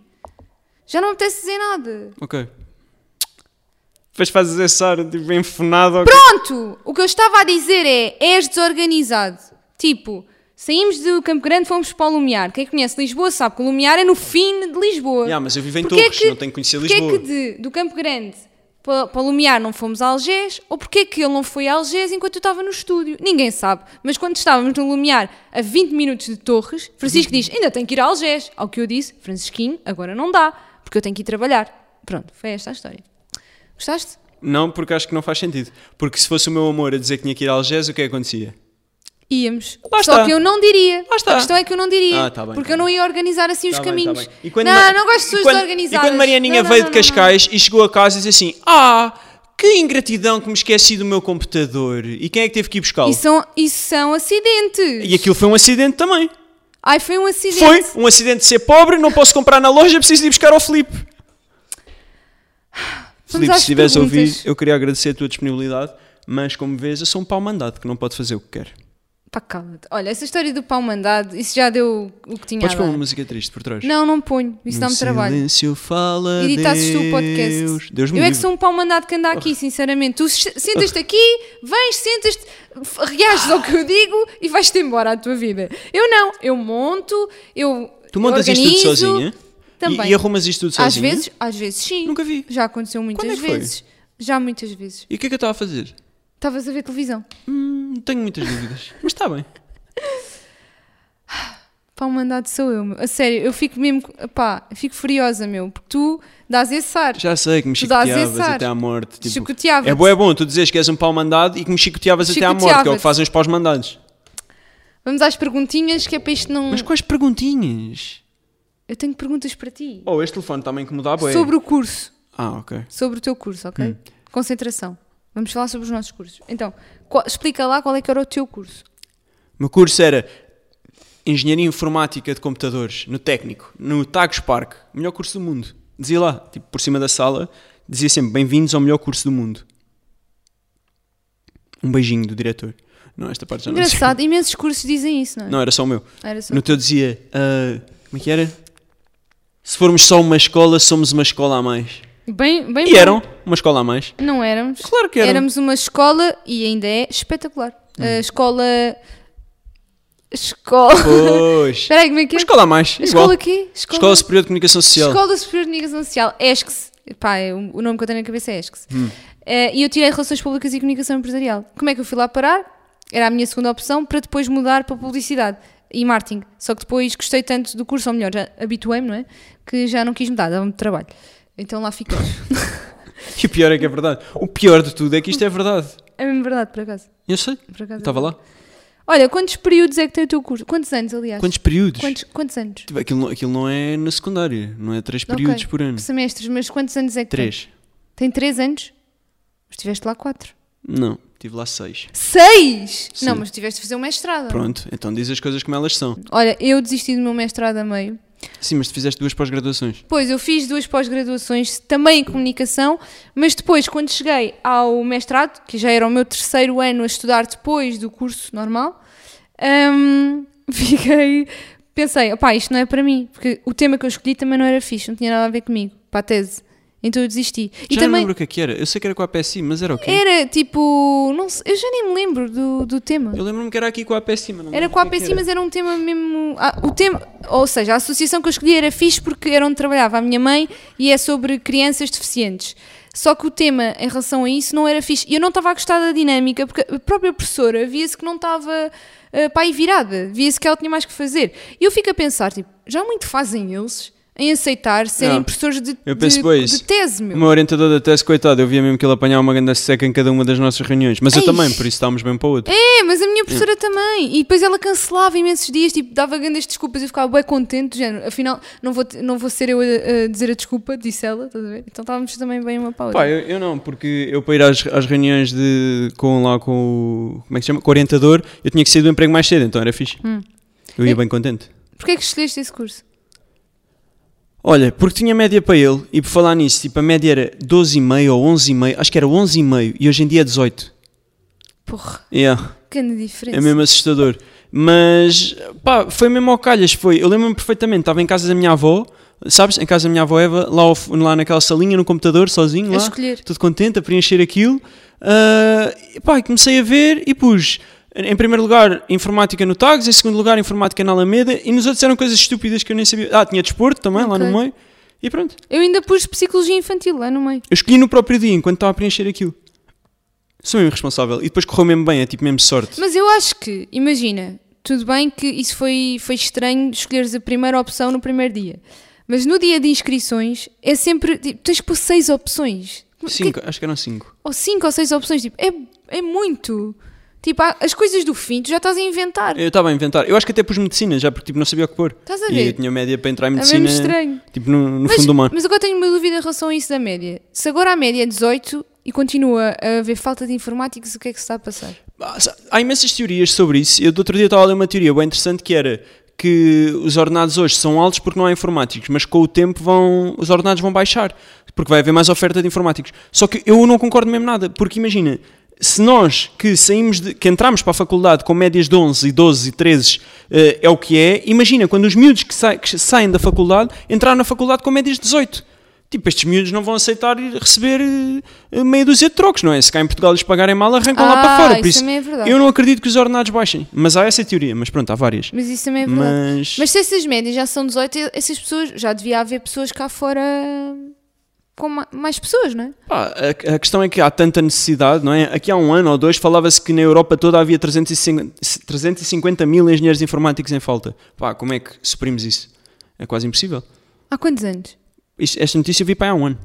Já não me apetece dizer nada. Ok. Depois fazes esse ar, tipo, enfunado. ao- Pronto! O que eu estava a dizer é: és desorganizado. Tipo, saímos do Campo Grande, fomos para o Lumiar. Quem conhece Lisboa sabe que o Lumiar é no fim de Lisboa. Ya, mas eu vivo em Porquê Torres, não tenho que conhecer porquê Lisboa. que de- do Campo Grande para, para o Lumiar não fomos a Algés? Ou porquê que ele não foi a Algés enquanto eu estava no estúdio? Ninguém sabe. Mas quando estávamos no Lumiar a 20 minutos de Torres, Francisco diz: ainda tenho que ir a Algés. Ao que eu disse: Francisquinho, agora não dá, porque eu tenho que ir trabalhar. Pronto, foi esta a história. Gostaste? Não, porque acho que não faz sentido. Porque se fosse o meu amor a dizer que tinha que ir a Algés, o que é que acontecia? Íamos. Lá Só está. que eu não diria. Lá está. A questão é que eu não diria. Ah, tá bem, porque tá eu não ia organizar assim os Tá bem, caminhos. tá bem. E quando não, Ma- não gosto e de pessoas quando- desorganizadas. E quando Marianinha Não, não, veio não, de não, Cascais e chegou a casa e disse assim: Ah, que ingratidão que me esqueci do meu computador. E quem é que teve que ir não. buscá-lo? E são, e são acidentes. E aquilo foi um acidente também. Ai, foi um acidente. Foi um acidente de ser pobre, não posso comprar na loja, preciso ir buscar ao Filipe. Filipe, às se tivesse a ouvir, perguntas. eu queria agradecer a tua disponibilidade, mas como vês, eu sou um pau mandado que não pode fazer o que quer. Pá, cala-te. Olha, essa história do pau mandado, isso já deu o que tinha Podes a pôr dar. uma música triste por trás. Não, não ponho. Isso dá-me No trabalho. Silêncio fala Editasses tu Deus. o podcast. Deus me eu é livre. que Oh. sou um pau mandado que anda aqui, sinceramente. Tu se- sentas-te aqui, vens, sentas-te, f- reages ao que eu digo e vais-te embora à tua vida. Eu não. Eu monto, eu. Tu montas isto organizo, tudo sozinha? Também. E, e arrumas isto tudo sozinha? Às vezes, às vezes sim. Nunca vi. Já aconteceu muitas Quando é que foi? vezes. Já muitas vezes. E o que é que eu estava a fazer? Estavas a ver televisão. Hum, tenho muitas dúvidas. Mas está bem. Pá, o mandado sou eu, meu. A sério, eu fico mesmo. Pá, fico furiosa, meu. Porque tu dás esse ar. Já sei que me Tu dás chicoteavas esse ar. até à morte. Tipo, Chicoteava-te. é bom, é bom. Tu dizes que és um pau mandado e que me chicoteavas até à morte, que é o Chicoteava-te. que fazem os paus mandados. Hum. Vamos às perguntinhas, que é para isto não. Mas quais perguntinhas? Eu tenho perguntas para ti. Oh, este telefone está a me incomodar, bué. Sobre o curso. Ah, ok. Sobre o teu curso, ok? Hum. Concentração. Vamos falar sobre os nossos cursos. Então, qual- explica lá qual é que era o teu curso. O meu curso era Engenharia Informática de Computadores, no técnico, no Tagus Park. Melhor curso do mundo. Dizia lá, tipo, por cima da sala, dizia sempre, bem-vindos ao melhor curso do mundo. Um beijinho do diretor. Não, esta parte já não sei. Engraçado, imensos cursos dizem isso, não é? Não, era só o meu. Era só. No teu dizia, ah, como é que era? Se formos só uma escola, somos uma escola a mais. Bem, bem E bom. eram uma escola a mais. Não éramos. Claro que eram. Hum. Éramos uma escola e ainda é espetacular. A escola. Escola. Pois. Espera aí, como é que é? uma escola a mais. Escola igual. quê? Escola- Escola... Superior de Comunicação Social. Escola Superior de Comunicação Social, ESCS. Pá, é o o Hum. nome que eu tenho na cabeça é ESCS. Eh, E eu tirei Relações Públicas e Comunicação Empresarial. Como é que eu fui lá parar? Era a minha segunda opção para depois mudar para publicidade e marketing. Só que depois gostei tanto do curso, ou melhor, já habituei-me, não é? Que já não quis mudar, dava-me trabalho. Então lá fiquei. E o pior é que é verdade. O pior de tudo é que isto é verdade. é mesmo verdade, por acaso. Eu sei. Por acaso é Estava lá. Olha, quantos períodos é que tem o teu curso? Quantos anos, aliás? Quantos períodos? Quantos, quantos anos? Tipo, Aquilo, não- aquilo não é na secundária. Não é três Ok, períodos por ano. Semestres, mas quantos anos é que Três. tem? Tem três anos? Mas tiveste lá quatro. Não. Tive lá seis. Seis! Sim. Não, mas tiveste de fazer um mestrado. Pronto. Então diz as coisas como elas são. Olha, eu desisti do meu mestrado a meio. Sim, mas tu fizeste duas pós-graduações. Pois, eu fiz duas pós-graduações também em comunicação, mas depois, quando cheguei ao mestrado, que já era o meu terceiro ano a estudar depois do curso normal, hum, fiquei. Pensei, opá, isto não é para mim, porque o tema que eu escolhi também não era fixe, não tinha nada a ver comigo, para a tese. Então eu desisti. E Já não também lembro o que é que era. Eu sei que era com a APSI, mas era o quê? era tipo. Não sei, eu já nem me lembro do, do tema. Eu lembro-me que era aqui com a APSI, mas não Era lembro com a o que é que APC, mas era um tema mesmo. ah, o tema, ou seja, a associação que eu escolhi era fixe porque era onde trabalhava a minha mãe e é sobre crianças deficientes. Só que o tema em relação a isso não era fixe. E eu não estava a gostar da dinâmica, porque a própria professora via-se que não estava ah, para aí virada, via-se que ela tinha mais que fazer. E eu fico a pensar, tipo, já muito fazem eles em aceitar serem Não. professores de, Eu penso, de- pois, de tese, meu. O meu orientador da tese, coitado, eu via mesmo que ele apanhava uma grande seca em cada uma das nossas reuniões. Mas Ei. eu também, por isso estávamos bem para o outro. É, mas a minha Hum. professora também. E depois ela cancelava imensos dias, tipo, dava grandes desculpas e eu ficava bem contente, do género. Afinal, não vou, te- não vou ser eu a, a dizer a desculpa, disse ela, estás a ver? Então estávamos também bem uma pausa. Pá, eu, eu não, porque eu para ir às, às reuniões de, com, lá com o. Como é que se chama? Com o orientador, eu tinha que sair do emprego mais cedo, então era fixe. Hum. Eu ia bem contente. Porquê é que escolheste esse curso? Olha, porque tinha média para ele, e por falar nisso, tipo, a média era 12,5 ou 11,5, acho que era 11,5 e hoje em dia é 18. Porra, Yeah. que grande diferença. É mesmo assustador. Mas, pá, foi mesmo ao calhas, foi. Eu lembro-me perfeitamente, estava em casa da minha avó, sabes? Em casa da minha avó Eva, lá, ao f- lá naquela salinha, no computador, sozinho, lá. A escolher. Tudo contente, a preencher aquilo. Ah, e pá, e comecei a ver e pus, em primeiro lugar, informática no Tags, em segundo lugar, informática na Alameda, e nos outros eram coisas estúpidas que eu nem sabia. Ah, tinha desporto também, lá Ok. no meio. E pronto, Eu ainda pus psicologia infantil lá no meio. eu escolhi no próprio dia, enquanto estava a preencher aquilo. Sou eu responsável. E depois correu mesmo bem, é tipo mesmo sorte. Mas eu acho que, imagina, tudo bem que isso foi, foi estranho escolheres a primeira opção no primeiro dia. Mas no dia de inscrições é sempre. Tipo, tens que pôr seis opções. O que é que Cinco, acho que eram cinco. ou cinco ou seis opções, tipo, é, é muito. Tipo, há- as coisas do fim, tu já estás a inventar. Eu estava a inventar. Eu acho que até pus medicina já, porque tipo, não sabia o que pôr. Estás a E ver? eu tinha média para entrar em É mesmo medicina. estranho. Tipo, no, no Mas, fundo do mar. mas agora tenho uma dúvida em relação a isso da média. Se agora a média é 18 e continua a haver falta de informáticos, o que é que se está a passar? Ah, sa- Há imensas teorias sobre isso. Eu do outro dia estava a ler uma teoria bem interessante que era que os ordenados hoje são altos porque não há informáticos, mas com o tempo vão, os ordenados vão baixar, porque vai haver mais oferta de informáticos. Só que eu não concordo mesmo nada, porque imagina, se nós que saímos de, que entramos para a faculdade com médias de 11 e 12 e 13 eh, é o que é, imagina quando os miúdos que, sa- que saem da faculdade entraram na faculdade com médias de 18. Tipo, estes miúdos não vão aceitar ir receber eh, meia dúzia de trocos, não é? Se cá em Portugal eles pagarem mal, arrancam Então lá Ah, para fora. isso Por isso, também é verdade. eu não acredito que os ordenados baixem. Mas há essa teoria, mas pronto, há várias. Mas isso também é verdade. Mas, Mas se essas médias já são 18, essas pessoas, já devia haver pessoas cá fora com ma- mais pessoas, não é? pá, a, a questão é que há tanta necessidade, não é? Aqui há um ano ou dois falava-se que na Europa toda havia 350, 350 mil engenheiros informáticos em falta. Pá, como é que suprimos isso? É quase impossível. Há quantos anos? Isto- esta notícia eu vi para aí há um ano.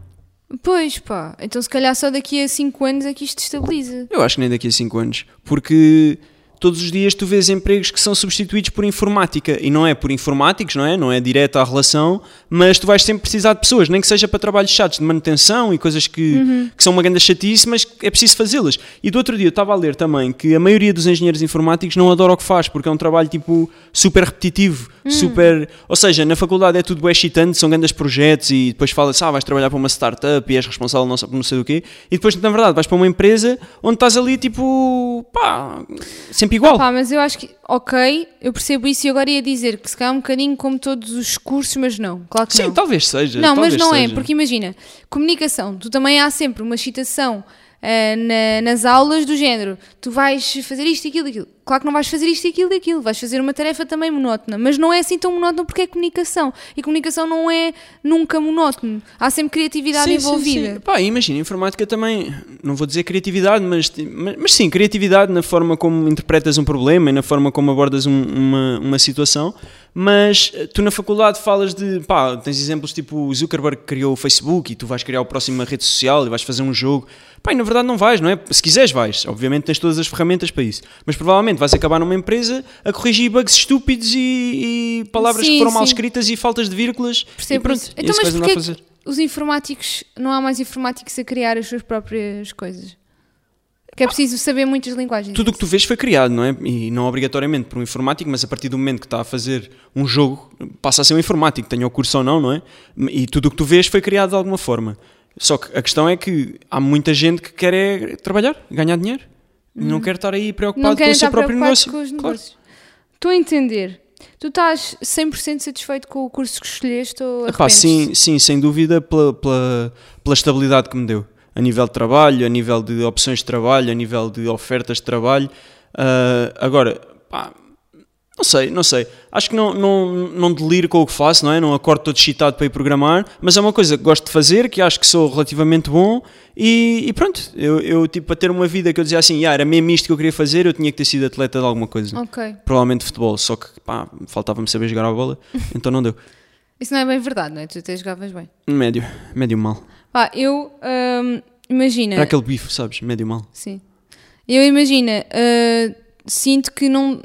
Pois pá, então se calhar só daqui a 5 anos é que isto estabiliza. Eu acho que nem daqui a 5 anos, porque todos os dias tu vês empregos que são substituídos por informática, e não é por informáticos, não é? Não é direto à relação, mas tu vais sempre precisar de pessoas, nem que seja para trabalhos chatos de manutenção e coisas que, que são uma grande chatice, mas que é preciso fazê-las. E do outro dia eu estava a ler também que a maioria dos engenheiros informáticos não adora o que faz, porque é um trabalho tipo super repetitivo, Hum. super... Ou seja, na faculdade é tudo bem excitante, são grandes projetos e depois fala-se, ah, vais trabalhar para uma startup e és responsável não sei- por não sei do quê, e depois, na verdade, vais para uma empresa onde estás ali tipo, pá, sempre igual. Pá, mas eu acho que, ok, eu percebo isso e agora ia dizer que se calhar é um bocadinho como todos os cursos, mas não, claro que Sim, não. talvez seja. não, mas talvez não é, seja. porque imagina, comunicação, tu também há eh, sempre uma excitação ah, na- nas aulas do género, tu vais fazer isto, aquilo, aquilo. Claro que não vais fazer isto e aquilo e aquilo, vais fazer uma tarefa também monótona, mas não é assim tão monótona porque é comunicação. E comunicação não é nunca monótono. Há sempre criatividade envolvida. Pá, imagina, informática também, não vou dizer criatividade, mas, ti- mas, mas sim, criatividade na forma como interpretas um problema e na forma como abordas um- uma, uma situação. Mas eh, tu na faculdade falas de, pá, tens exemplos tipo o Zuckerberg que criou o Facebook e tu vais criar o próximo rede social e vais fazer um jogo. Pá, e na verdade não vais, não é? Se quiseres vais, obviamente tens todas as ferramentas para isso. Mas provavelmente vais acabar numa empresa a corrigir bugs estúpidos e, e palavras Sim, que foram mal sim. escritas e faltas de vírgulas. e Percebo pronto, isso. e Então, isso mas vais andar porquê a é fazer. que os informáticos, não há mais informáticos a criar as suas próprias coisas? Que é preciso saber muitas linguagens. Tudo o que tu vês foi criado, não é? E não obrigatoriamente por um informático, mas a partir do momento que está a fazer um jogo, passa a ser um informático, tenha o curso ou não, não é? E tudo o que tu vês foi criado de alguma forma. Só que a questão é que há muita gente que quer é trabalhar, ganhar dinheiro. E Não quer estar aí Hum. não preocupado com querem o seu estar próprio preocupados negócio. com os Claro. negócios. Estou a entender. Tu estás 100% satisfeito com o curso que escolheste ou Epá, arrependes-te? sim, sim, sem dúvida, pela, pela, pela estabilidade que me deu. A nível de trabalho, a nível de opções de trabalho, a nível de ofertas de trabalho. Ah, agora, pá, não sei, não sei. Acho que não, não, não deliro com o que faço, não é? Não acordo todo excitado para ir programar, mas é uma coisa que gosto de fazer, que acho que sou relativamente bom e, e pronto. Eu, eu, tipo, a ter uma vida que eu dizia assim, "Ya, era mesmo isto que eu queria fazer, eu tinha que ter sido atleta de alguma coisa. Ok. Provavelmente futebol, só que, pá, faltava-me saber jogar a bola, então não deu. Isso não é bem verdade, não é? Tu até jogavas bem. Médio, médio mal. Pá, eu. hum, imagina. Era aquele bife, sabes? Médio mal. Sim. Eu imagino, ah, sinto que não.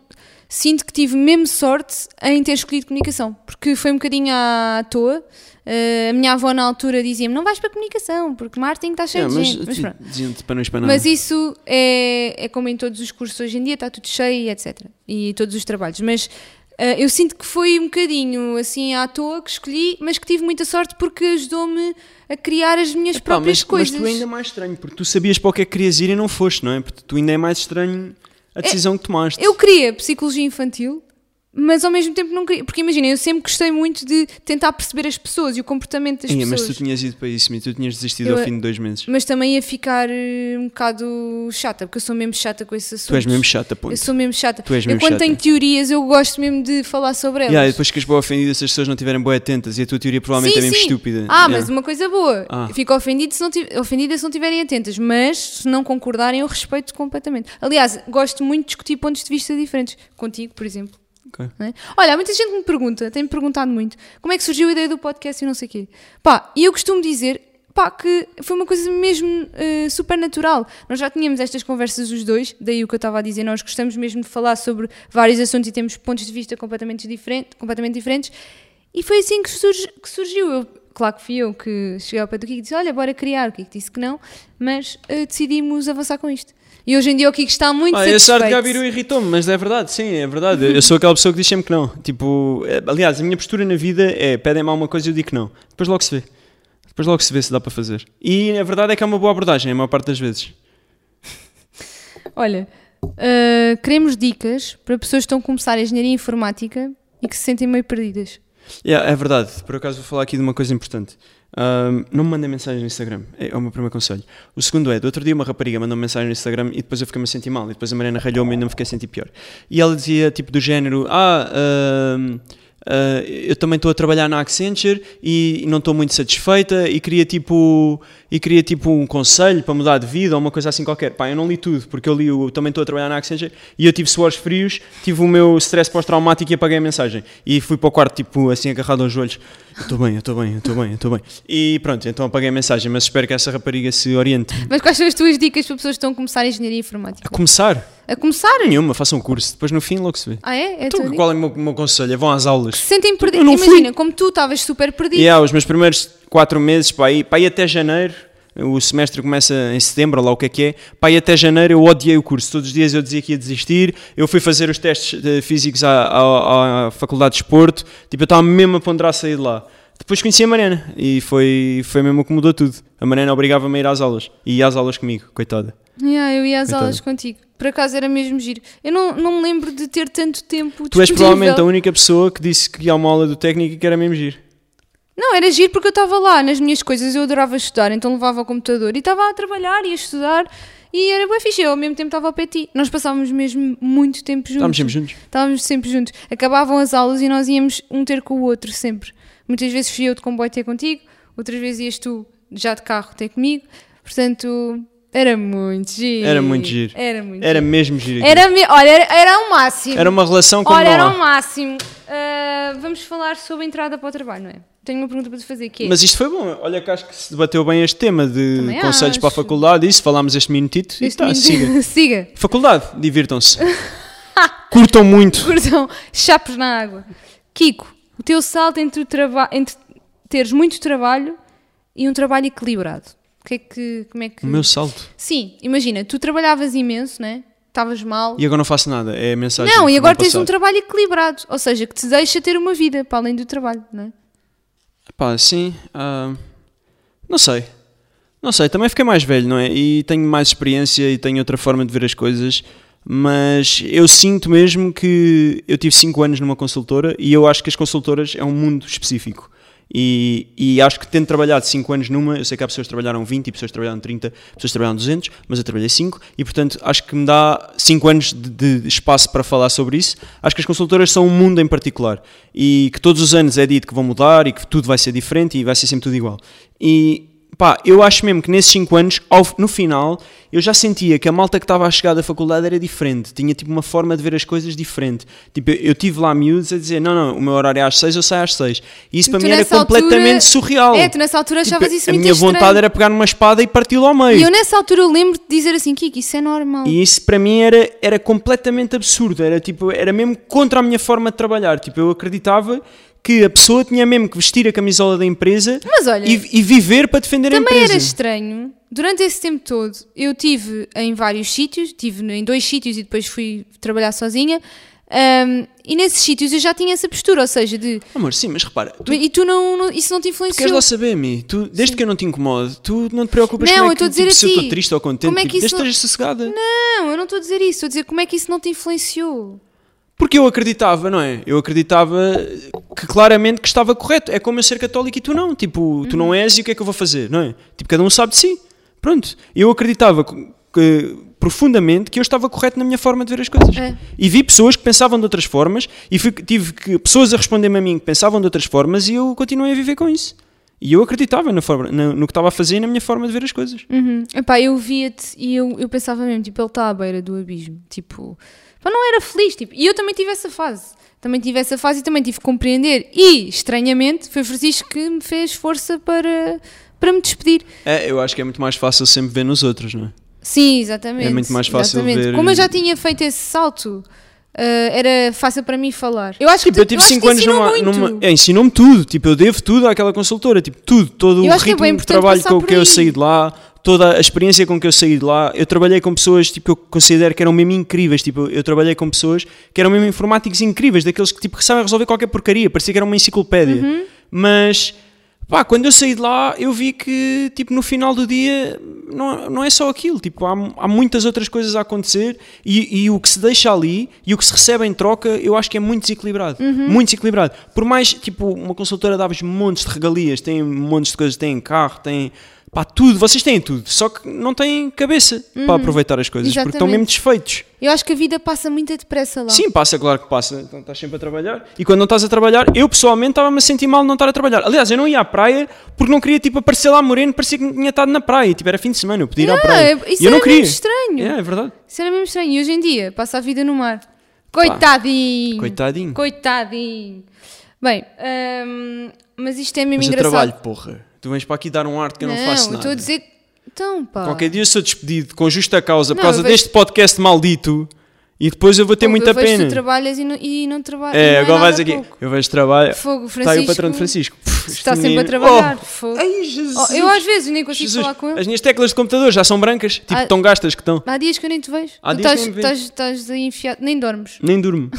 Sinto que tive mesmo sorte em ter escolhido comunicação, porque foi um bocadinho à toa. Ah, a minha avó na altura dizia-me: não vais para comunicação, porque marketing está cheio É, de mas gente. Mas di- pronto. diziam-te para não espanar. Mas isso é, é como em todos os cursos hoje em dia, está tudo cheio e etc. E todos os trabalhos. Mas ah, eu sinto que foi um bocadinho assim à toa que escolhi, mas que tive muita sorte porque ajudou-me a criar as minhas Pá, próprias mas, coisas. mas tu ainda é mais estranho, porque tu sabias para o que é que querias ir e não foste, não é? Porque tu ainda é mais estranho a decisão que tomaste. É, Eu queria psicologia infantil, mas ao mesmo tempo não queria. Porque imagina, eu sempre gostei muito de tentar perceber as pessoas e o comportamento das Ia, mas tu pessoas. Mas, tinhas ido para isso, e tu tinhas desistido Eu- ao fim de dois meses. também ia ficar eh, um bocado chata, porque eu sou mesmo chata com esse assunto. Tu és mesmo chata, ponto. Eu sou mesmo chata. Tu és eu mesmo quando chata. tenho teorias, eu gosto mesmo de falar sobre elas. Yeah, e depois ficas boa ofendida se as pessoas não estiverem boa atentas e a tua teoria provavelmente sim, é mesmo sim. estúpida. Ah, Yeah. mas uma coisa boa. Ah. Fico ofendido se não tiv- ofendida se não estiverem atentas, mas se não concordarem, eu respeito completamente. Aliás, gosto muito de discutir pontos de vista diferentes. Contigo, por exemplo. Ok. não é? Olha, há muita gente que me pergunta, tem-me perguntado muito, como é que surgiu a ideia do podcast e não sei o quê. Pá, e eu costumo dizer, pá, que foi uma coisa mesmo eh, super natural. Nós já tínhamos estas conversas os dois, daí o que eu estava a dizer, nós gostamos mesmo de falar sobre vários assuntos e temos pontos de vista completamente, diferente, completamente diferentes. E foi assim que, surge- que surgiu. Eu- claro que fui eu que cheguei ao pé do Kiko e disse, olha, bora criar. O Kiko disse que não, mas eh, decidimos avançar com isto. E hoje em dia o Kiko está muito Ah, esse ar de Gabiru satisfeito. irritou-me, mas é verdade, sim, é verdade. Eu sou aquela pessoa que diz sempre que não. Tipo, eh, aliás, a minha postura na vida é pedem-me alguma coisa e eu digo que não. Depois logo se vê. Depois logo se vê se dá para fazer. E a verdade é que é uma boa abordagem, a maior parte das vezes. Olha, uh, queremos dicas para pessoas que estão a começar a engenharia informática e que se sentem meio perdidas. Yeah, é verdade, por acaso vou falar aqui de uma coisa importante. Ahm, não me mandem mensagem no Instagram, é é o meu primeiro conselho. O segundo é, do outro dia uma rapariga mandou mensagem no Instagram e depois eu fiquei-me a sentir mal, e depois a Mariana ralhou-me e não me fiquei a sentir pior. E ela dizia, tipo, do género, ah, ahm, ah, eu também estou a trabalhar na Accenture e não estou muito satisfeita e queria, tipo, e queria, tipo, um conselho para mudar de vida ou uma coisa assim qualquer. Pá, eu não li tudo, porque eu li o também estou a trabalhar na Accenture e eu tive suores frios, tive o meu stress pós-traumático e apaguei a mensagem. E fui para o quarto, tipo, assim, agarrado aos joelhos. Eu Estou bem, eu estou bem, eu estou bem, eu estou bem. E pronto, então apaguei a mensagem, mas espero que essa rapariga se oriente. Mas quais são as tuas dicas para pessoas que estão a começar a engenharia informática? A começar? A começar? Nenhuma, façam um curso, depois no fim logo se vê. Ah, é? É a Então, tua dica? qual é o meu, o meu conselho? É Vão às aulas. Se sentem perdidas. não fui. Imagina, como tu estavas super perdido. E yeah, os meus primeiros quatro meses, para aí, para aí até janeiro, o semestre começa em setembro, lá o que é que é, para aí até janeiro eu odiei o curso, todos os dias eu dizia que ia desistir, eu fui fazer os testes eh, físicos à, à- à Faculdade de Desporto, tipo, eu estava mesmo a ponderar sair de lá. Depois conheci a Mariana e foi, foi mesmo o que mudou tudo. A Mariana obrigava-me a ir às aulas e ia às aulas comigo, coitada. Yeah, eu ia às Coitada. aulas contigo. Por acaso era mesmo giro. Eu não, não me lembro de ter tanto tempo Tu és disponível. provavelmente a única pessoa que disse que ia a uma aula do técnico e que era mesmo giro. Não, era giro porque eu estava lá nas minhas coisas, eu adorava estudar, então levava o computador e estava a trabalhar e a estudar e era bem fixe, eu ao mesmo tempo estava ao pé de ti. Nós passávamos mesmo muito tempo juntos. Estávamos sempre juntos. Estávamos sempre juntos. Acabavam as aulas e nós íamos um ter com o outro sempre. Muitas vezes fui eu de comboio ter contigo, outras vezes ias tu já de carro ter comigo. Portanto, era muito giro. Era muito giro. Era muito Era giro. mesmo giro. aquilo. Era, me- olha, era, era o máximo. Era uma relação como Olha, não era há. o máximo. Ah, vamos falar sobre a entrada para o trabalho, não é? Tenho uma pergunta para te fazer que é. Mas isto foi bom. Olha que acho que se debateu bem este tema de Também conselhos para a acho. faculdade. Isso, falámos este minutito e Este tá, menino- siga. siga. Faculdade, divirtam-se. Curtam muito. Curtam chapos na água. Kiko, o teu salto entre, o traba- entre teres muito trabalho e um trabalho equilibrado. O que é que, como é que... O meu salto. Sim, imagina, tu trabalhavas imenso, né? Estavas mal. E agora não faço nada. É a mensagem. Não, e do agora ano tens um passado. trabalho equilibrado, ou seja, que te deixa ter uma vida para além do trabalho, não é? Pá, sim. ah, não sei. Não sei, também fiquei mais velho, não é? E tenho mais experiência e tenho outra forma de ver as coisas. Mas eu sinto mesmo que eu tive 5 anos numa consultora e eu acho que as consultoras é um mundo específico. E, e acho que tendo trabalhado 5 anos numa, eu sei que há pessoas que trabalharam 20, pessoas que trabalharam 30, pessoas que trabalharam 200, mas eu trabalhei 5 e portanto acho que me dá 5 anos de, de espaço para falar sobre isso. Acho que as consultoras são um mundo em particular e que todos os anos é dito que vão mudar e que tudo vai ser diferente e vai ser sempre tudo igual. E Pá, eu acho mesmo que nesses 5 anos, ao- no final, eu já sentia que a malta que estava a chegar da faculdade era diferente, tinha tipo uma forma de ver as coisas diferente. Tipo, eu, eu tive lá miúdos a dizer: não, não, o meu horário é às 6, eu saio às 6. E isso para mim era Então, nessa altura- completamente surreal. É, tu nessa altura Tipo, achavas isso A muito minha estranho. vontade era pegar numa espada e parti-lo ao meio. E eu nessa altura eu lembro de dizer assim, Kiko, isso é normal. E isso para mim era, era completamente absurdo, era tipo, era mesmo contra a minha forma de trabalhar. Tipo, eu acreditava que a pessoa tinha mesmo que vestir a camisola da empresa Mas olha, e, e viver para defender a Também empresa. era estranho. Durante esse tempo todo, eu tive em vários sítios, tive em dois sítios e depois fui trabalhar sozinha. ahm, e nesses sítios eu já tinha essa postura, ou seja, de Amor, sim, mas repara, tu e tu não, não- isso não te Queres influenciou. lá saber, Mi? Tu, desde que eu não te incomodo, tu não te preocupas Não, com eu é que, estou a dizer tipo, se eu a ti. estou triste ou contente, Como é que tipo, desde isso que estejas sossegada. Não, eu não estou a dizer isso, estou a dizer como é que isso não te influenciou. Porque eu acreditava, não é? Eu acreditava que claramente que estava correto. É como eu ser católico e tu não. Tipo, tu não és e o que é que eu vou fazer, não é? Tipo, cada um sabe de si. Pronto. Eu acreditava co- que- profundamente que eu estava correto na minha forma de ver as coisas. É. E vi pessoas que pensavam de outras formas e fui- tive que, pessoas a responder-me a mim que pensavam de outras formas e eu continuei a viver com isso. E eu acreditava na forma, na- no que estava a fazer e na minha forma de ver as coisas. Uhum. Epá, eu via-te e eu, eu pensava mesmo, tipo, ele está à beira do abismo. Tipo, pá, não era feliz. Tipo, e eu também tive essa fase. Também tive essa fase e também tive que compreender. E, estranhamente, foi o Francisco que me fez força para, para me despedir. É, eu acho que é muito mais fácil sempre ver nos outros, não é? Sim, exatamente. É muito mais fácil exatamente. ver- Como eu já tinha feito esse salto, eh, era fácil para mim falar. Eu acho Tipo, que eu tu- tive acho que 5 te anos ensinou numa. muito. numa é, ensinou-me tudo, tipo, eu devo tudo àquela consultora, tipo, tudo, todo Eu o acho que é ritmo bem de importante trabalho passar com por que eu aí. saí de lá, toda a experiência com que eu saí de lá. Eu trabalhei com pessoas tipo, que eu considero que eram mesmo incríveis, tipo, eu- eu trabalhei com pessoas que eram mesmo informáticos incríveis, daqueles que tipo, que sabem resolver qualquer porcaria, parecia que era uma enciclopédia. Mas. Pá, quando eu saí de lá, eu vi que, tipo, no final do dia, não, não é só aquilo. Tipo, há, há muitas outras coisas a acontecer e, e o que se deixa ali e o que se recebe em troca, eu acho que é muito desequilibrado. Muito desequilibrado. Por mais, tipo, uma consultora dá-vos montes de regalias, tem montes de coisas, tem carro, tem... Pá, tudo. Vocês têm tudo. Só que não têm cabeça para aproveitar as coisas porque estão Uhum. Exatamente. mesmo desfeitos. Eu acho que a vida passa muito depressa lá. Sim, passa, claro que passa. Então estás sempre a trabalhar. E quando não estás a trabalhar, eu pessoalmente estava-me a sentir mal de não estar a trabalhar. Aliás, eu não ia à praia porque não queria tipo, aparecer lá moreno, parecia que tinha estado na praia. Tipo, era fim de semana, eu podia ir à Ah, praia. isso e eu era não queria. mesmo estranho. É, é verdade. Isso era mesmo estranho. E hoje em dia, passa a vida no mar. Coitadinho! Coitadinho. Coitadinho! Bem, hum, mas isto é mesmo Mas eu engraçado. trabalho, porra. Tu vens para aqui dar um arte que eu não, faço eu nada. estou a dizer. Então, pá. Qualquer dia eu sou despedido com justa causa por Não, causa eu vejo- deste podcast maldito e depois eu vou ter Fogo, muita eu vejo pena. Tu trabalhas e não, e não trabalhas. É, e não agora nada vais aqui. pouco. Eu vejo trabalho. Fogo, Está Tá aí o patrão de Francisco. Francisco. Puf, Está este sempre a menino- trabalhar. Oh! Fogo. Ai, Jesus. Oh, eu às vezes nem consigo Jesus, falar com ele. As minhas teclas de computador já são brancas, tipo Ah. tão gastas que estão. Há dias que eu nem te vejo. Há tu dias que estás, nem me estás, estás aí enfiado, nem dormes. Nem durmo.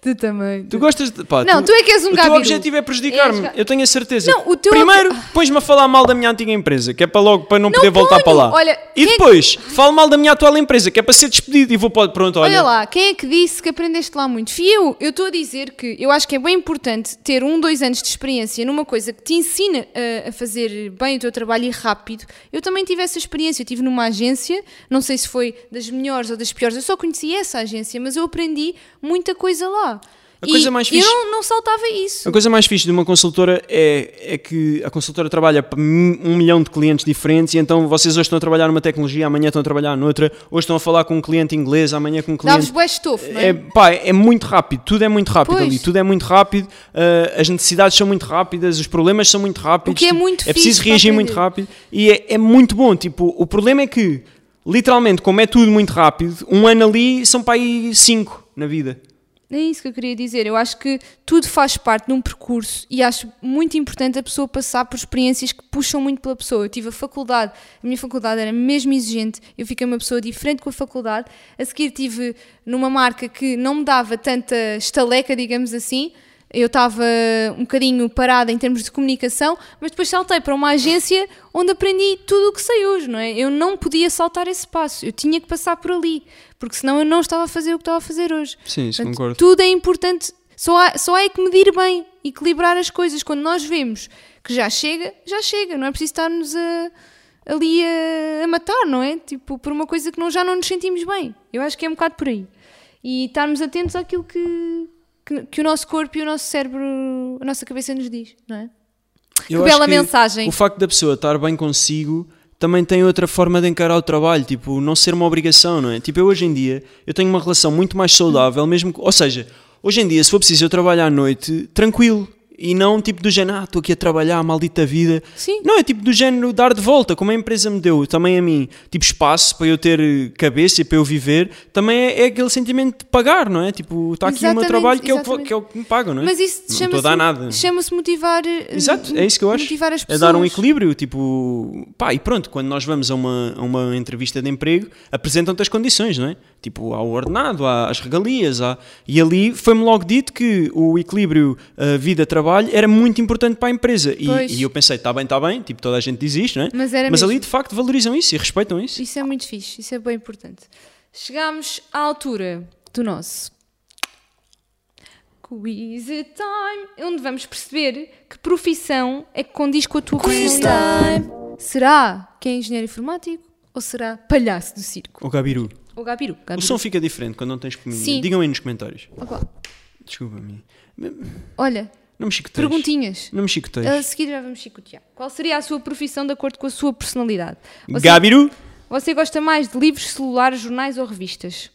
Tu também. Tu gostas de. Pá, Não, tu é que és um O gabiru. teu objetivo é prejudicar-me, És ga- eu tenho a certeza. Não, o teu Primeiro, pões-me a falar mal da minha antiga empresa, que é para logo para não, Não poder voltar ponho! para lá. Olha, quem e é que- depois, falo mal da minha atual empresa, que é para ser despedido e vou para. Pronto, olha. Olha lá, quem é que disse que aprendeste lá muito? Fui eu. Eu estou a dizer que eu acho que é bem importante ter um, dois anos de experiência numa coisa que te ensina eh, a, a fazer bem o teu trabalho e rápido. Eu também tive essa experiência. Eu estive numa agência, não sei se foi das melhores ou das piores, eu só conheci essa agência, mas eu aprendi muita coisa lá. A e coisa mais eu fixe- não, não saltava isso. A coisa mais fixe de uma consultora é, é que a consultora trabalha para mi- um milhão de clientes diferentes e então vocês hoje estão a trabalhar numa tecnologia, amanhã estão a trabalhar noutra, hoje estão a falar com um cliente inglês, amanhã com um Davas cliente. bué estofo, não é? É, pá, é muito rápido, tudo é muito rápido Pois. ali, tudo é muito rápido, ah, as necessidades são muito rápidas, os problemas são muito rápidos. O que é tipo, muito É preciso fixe para reagir muito aprender. rápido e é, é muito bom. Tipo, o problema é que, literalmente, como é tudo muito rápido, um ano ali são para aí cinco na vida. É isso que eu queria dizer. Eu acho que tudo faz parte de um percurso e acho muito importante a pessoa passar por experiências que puxam muito pela pessoa. Eu tive a faculdade, a minha faculdade era mesmo exigente, eu fiquei uma pessoa diferente com a faculdade. A seguir tive numa marca que não me dava tanta estaleca, digamos assim. Eu estava um bocadinho parada em termos de comunicação, mas depois saltei para uma agência onde aprendi tudo o que sei hoje, não é? Eu não podia saltar esse passo, eu tinha que passar por ali, porque senão eu não estava a fazer o que estava a fazer hoje. Sim, isso Portanto, concordo. Tudo é importante, só há, só há é que medir bem, equilibrar as coisas. Quando nós vemos que já chega, já chega, não é preciso estarmos a- ali a, a matar, não é? Tipo, por uma coisa que não, já não nos sentimos bem. Eu acho que é um bocado por aí. E estarmos atentos àquilo que, que, que o nosso corpo e o nosso cérebro, a nossa cabeça nos diz, não é? Eu Que acho bela mensagem. O facto da pessoa estar bem consigo também tem outra forma de encarar o trabalho, tipo, não ser uma obrigação, não é? Tipo, eu hoje em dia, eu tenho uma relação muito mais saudável, mesmo que- ou seja, hoje em dia, se for preciso, eu trabalho à noite tranquilo. E não tipo do género, ah, estou aqui a trabalhar, maldita vida. Sim. Não, é tipo do género dar de volta, como a empresa me deu também a mim, tipo espaço para eu ter eh, cabeça e para eu viver, também é, é aquele sentimento de pagar, não é? Tipo, está aqui o meu Exatamente, trabalho que é, o que, exatamente. que é o que me pagam, não é? Mas isso não estou a dar nada. chama-se chama-se motivar. eh, Exato, é isso que eu acho. Motivar as É pessoas. dar um equilíbrio, tipo, pá, e pronto, quando nós vamos a uma, a uma entrevista de emprego, apresentam-te as condições, não é? Tipo, há o ordenado, há as regalias, há... E ali foi-me logo dito que o equilíbrio eh, vida-trabalho era muito importante para a empresa. E, Pois. e eu pensei, está bem, está bem, tipo, toda a gente diz isto, não é? Mas era mesmo. ali, de facto, valorizam isso e respeitam isso. Isso é muito fixe, isso é bem importante. Chegámos à altura do nosso Quiz Time, onde vamos perceber que profissão é que condiz com a tua Quiz personalidade. time. Será que é engenheiro informático ou será palhaço do circo? O Gabiru, Ou gabiru? o gabiru. som fica diferente quando não tens Sim. comida. Digam aí nos comentários. Opa, Desculpa-me. Olha, Não me chicoteis. perguntinhas. Ah, Não me chicoteis. A seguir já vamos chicotear. Qual seria a sua profissão de acordo com a sua personalidade? Você, Gabiru... você gosta mais de livros, celulares, jornais ou revistas?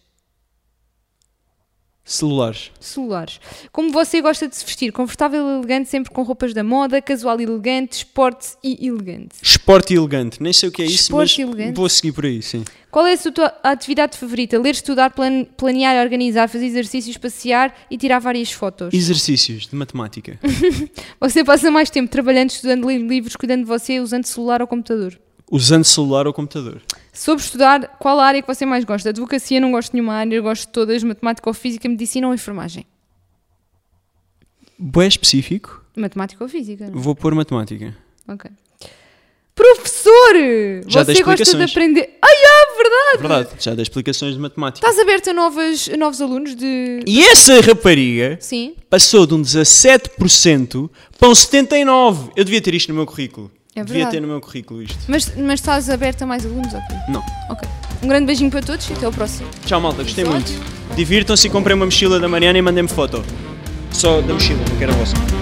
Celulares. celulares. Como você gosta de se vestir? Confortável e elegante, sempre com roupas da moda, casual e elegante, esporte e elegante. Esporte elegante, nem sei o que é isso, Esporte mas elegante. vou seguir por aí, sim. Qual é a sua tua atividade favorita? Ler, estudar, plan- planear, organizar, fazer exercícios, passear e tirar várias fotos. Exercícios de matemática. Você passa mais tempo trabalhando, estudando, lendo livros, cuidando de você, usando celular ou computador. Usando celular ou computador. Sobre estudar, qual a área que você mais gosta? Advocacia, não gosto de nenhuma área, gosto de todas, matemática ou física, medicina ou enfermagem? Boé específico, Matemática ou física? não? é? vou pôr matemática. Ok. Professor! Já dei você gosta de explicações. aprender. Ai, ah, verdade! Verdade, já dei explicações de matemática. Estás aberto a novas, a novos alunos de. E essa rapariga Sim. passou de um 17% para um 79%. Eu devia ter isto no meu currículo. É devia verdade. ter no meu currículo isto. Mas, mas estás aberto a mais alunos? Ok. Não. Ok. Um grande beijinho para todos e até ao próximo. Tchau, malta, gostei Episódio. muito. Divirtam-se e comprem uma mochila da Mariana e mandem-me foto. Só da mochila, não quero a vossa.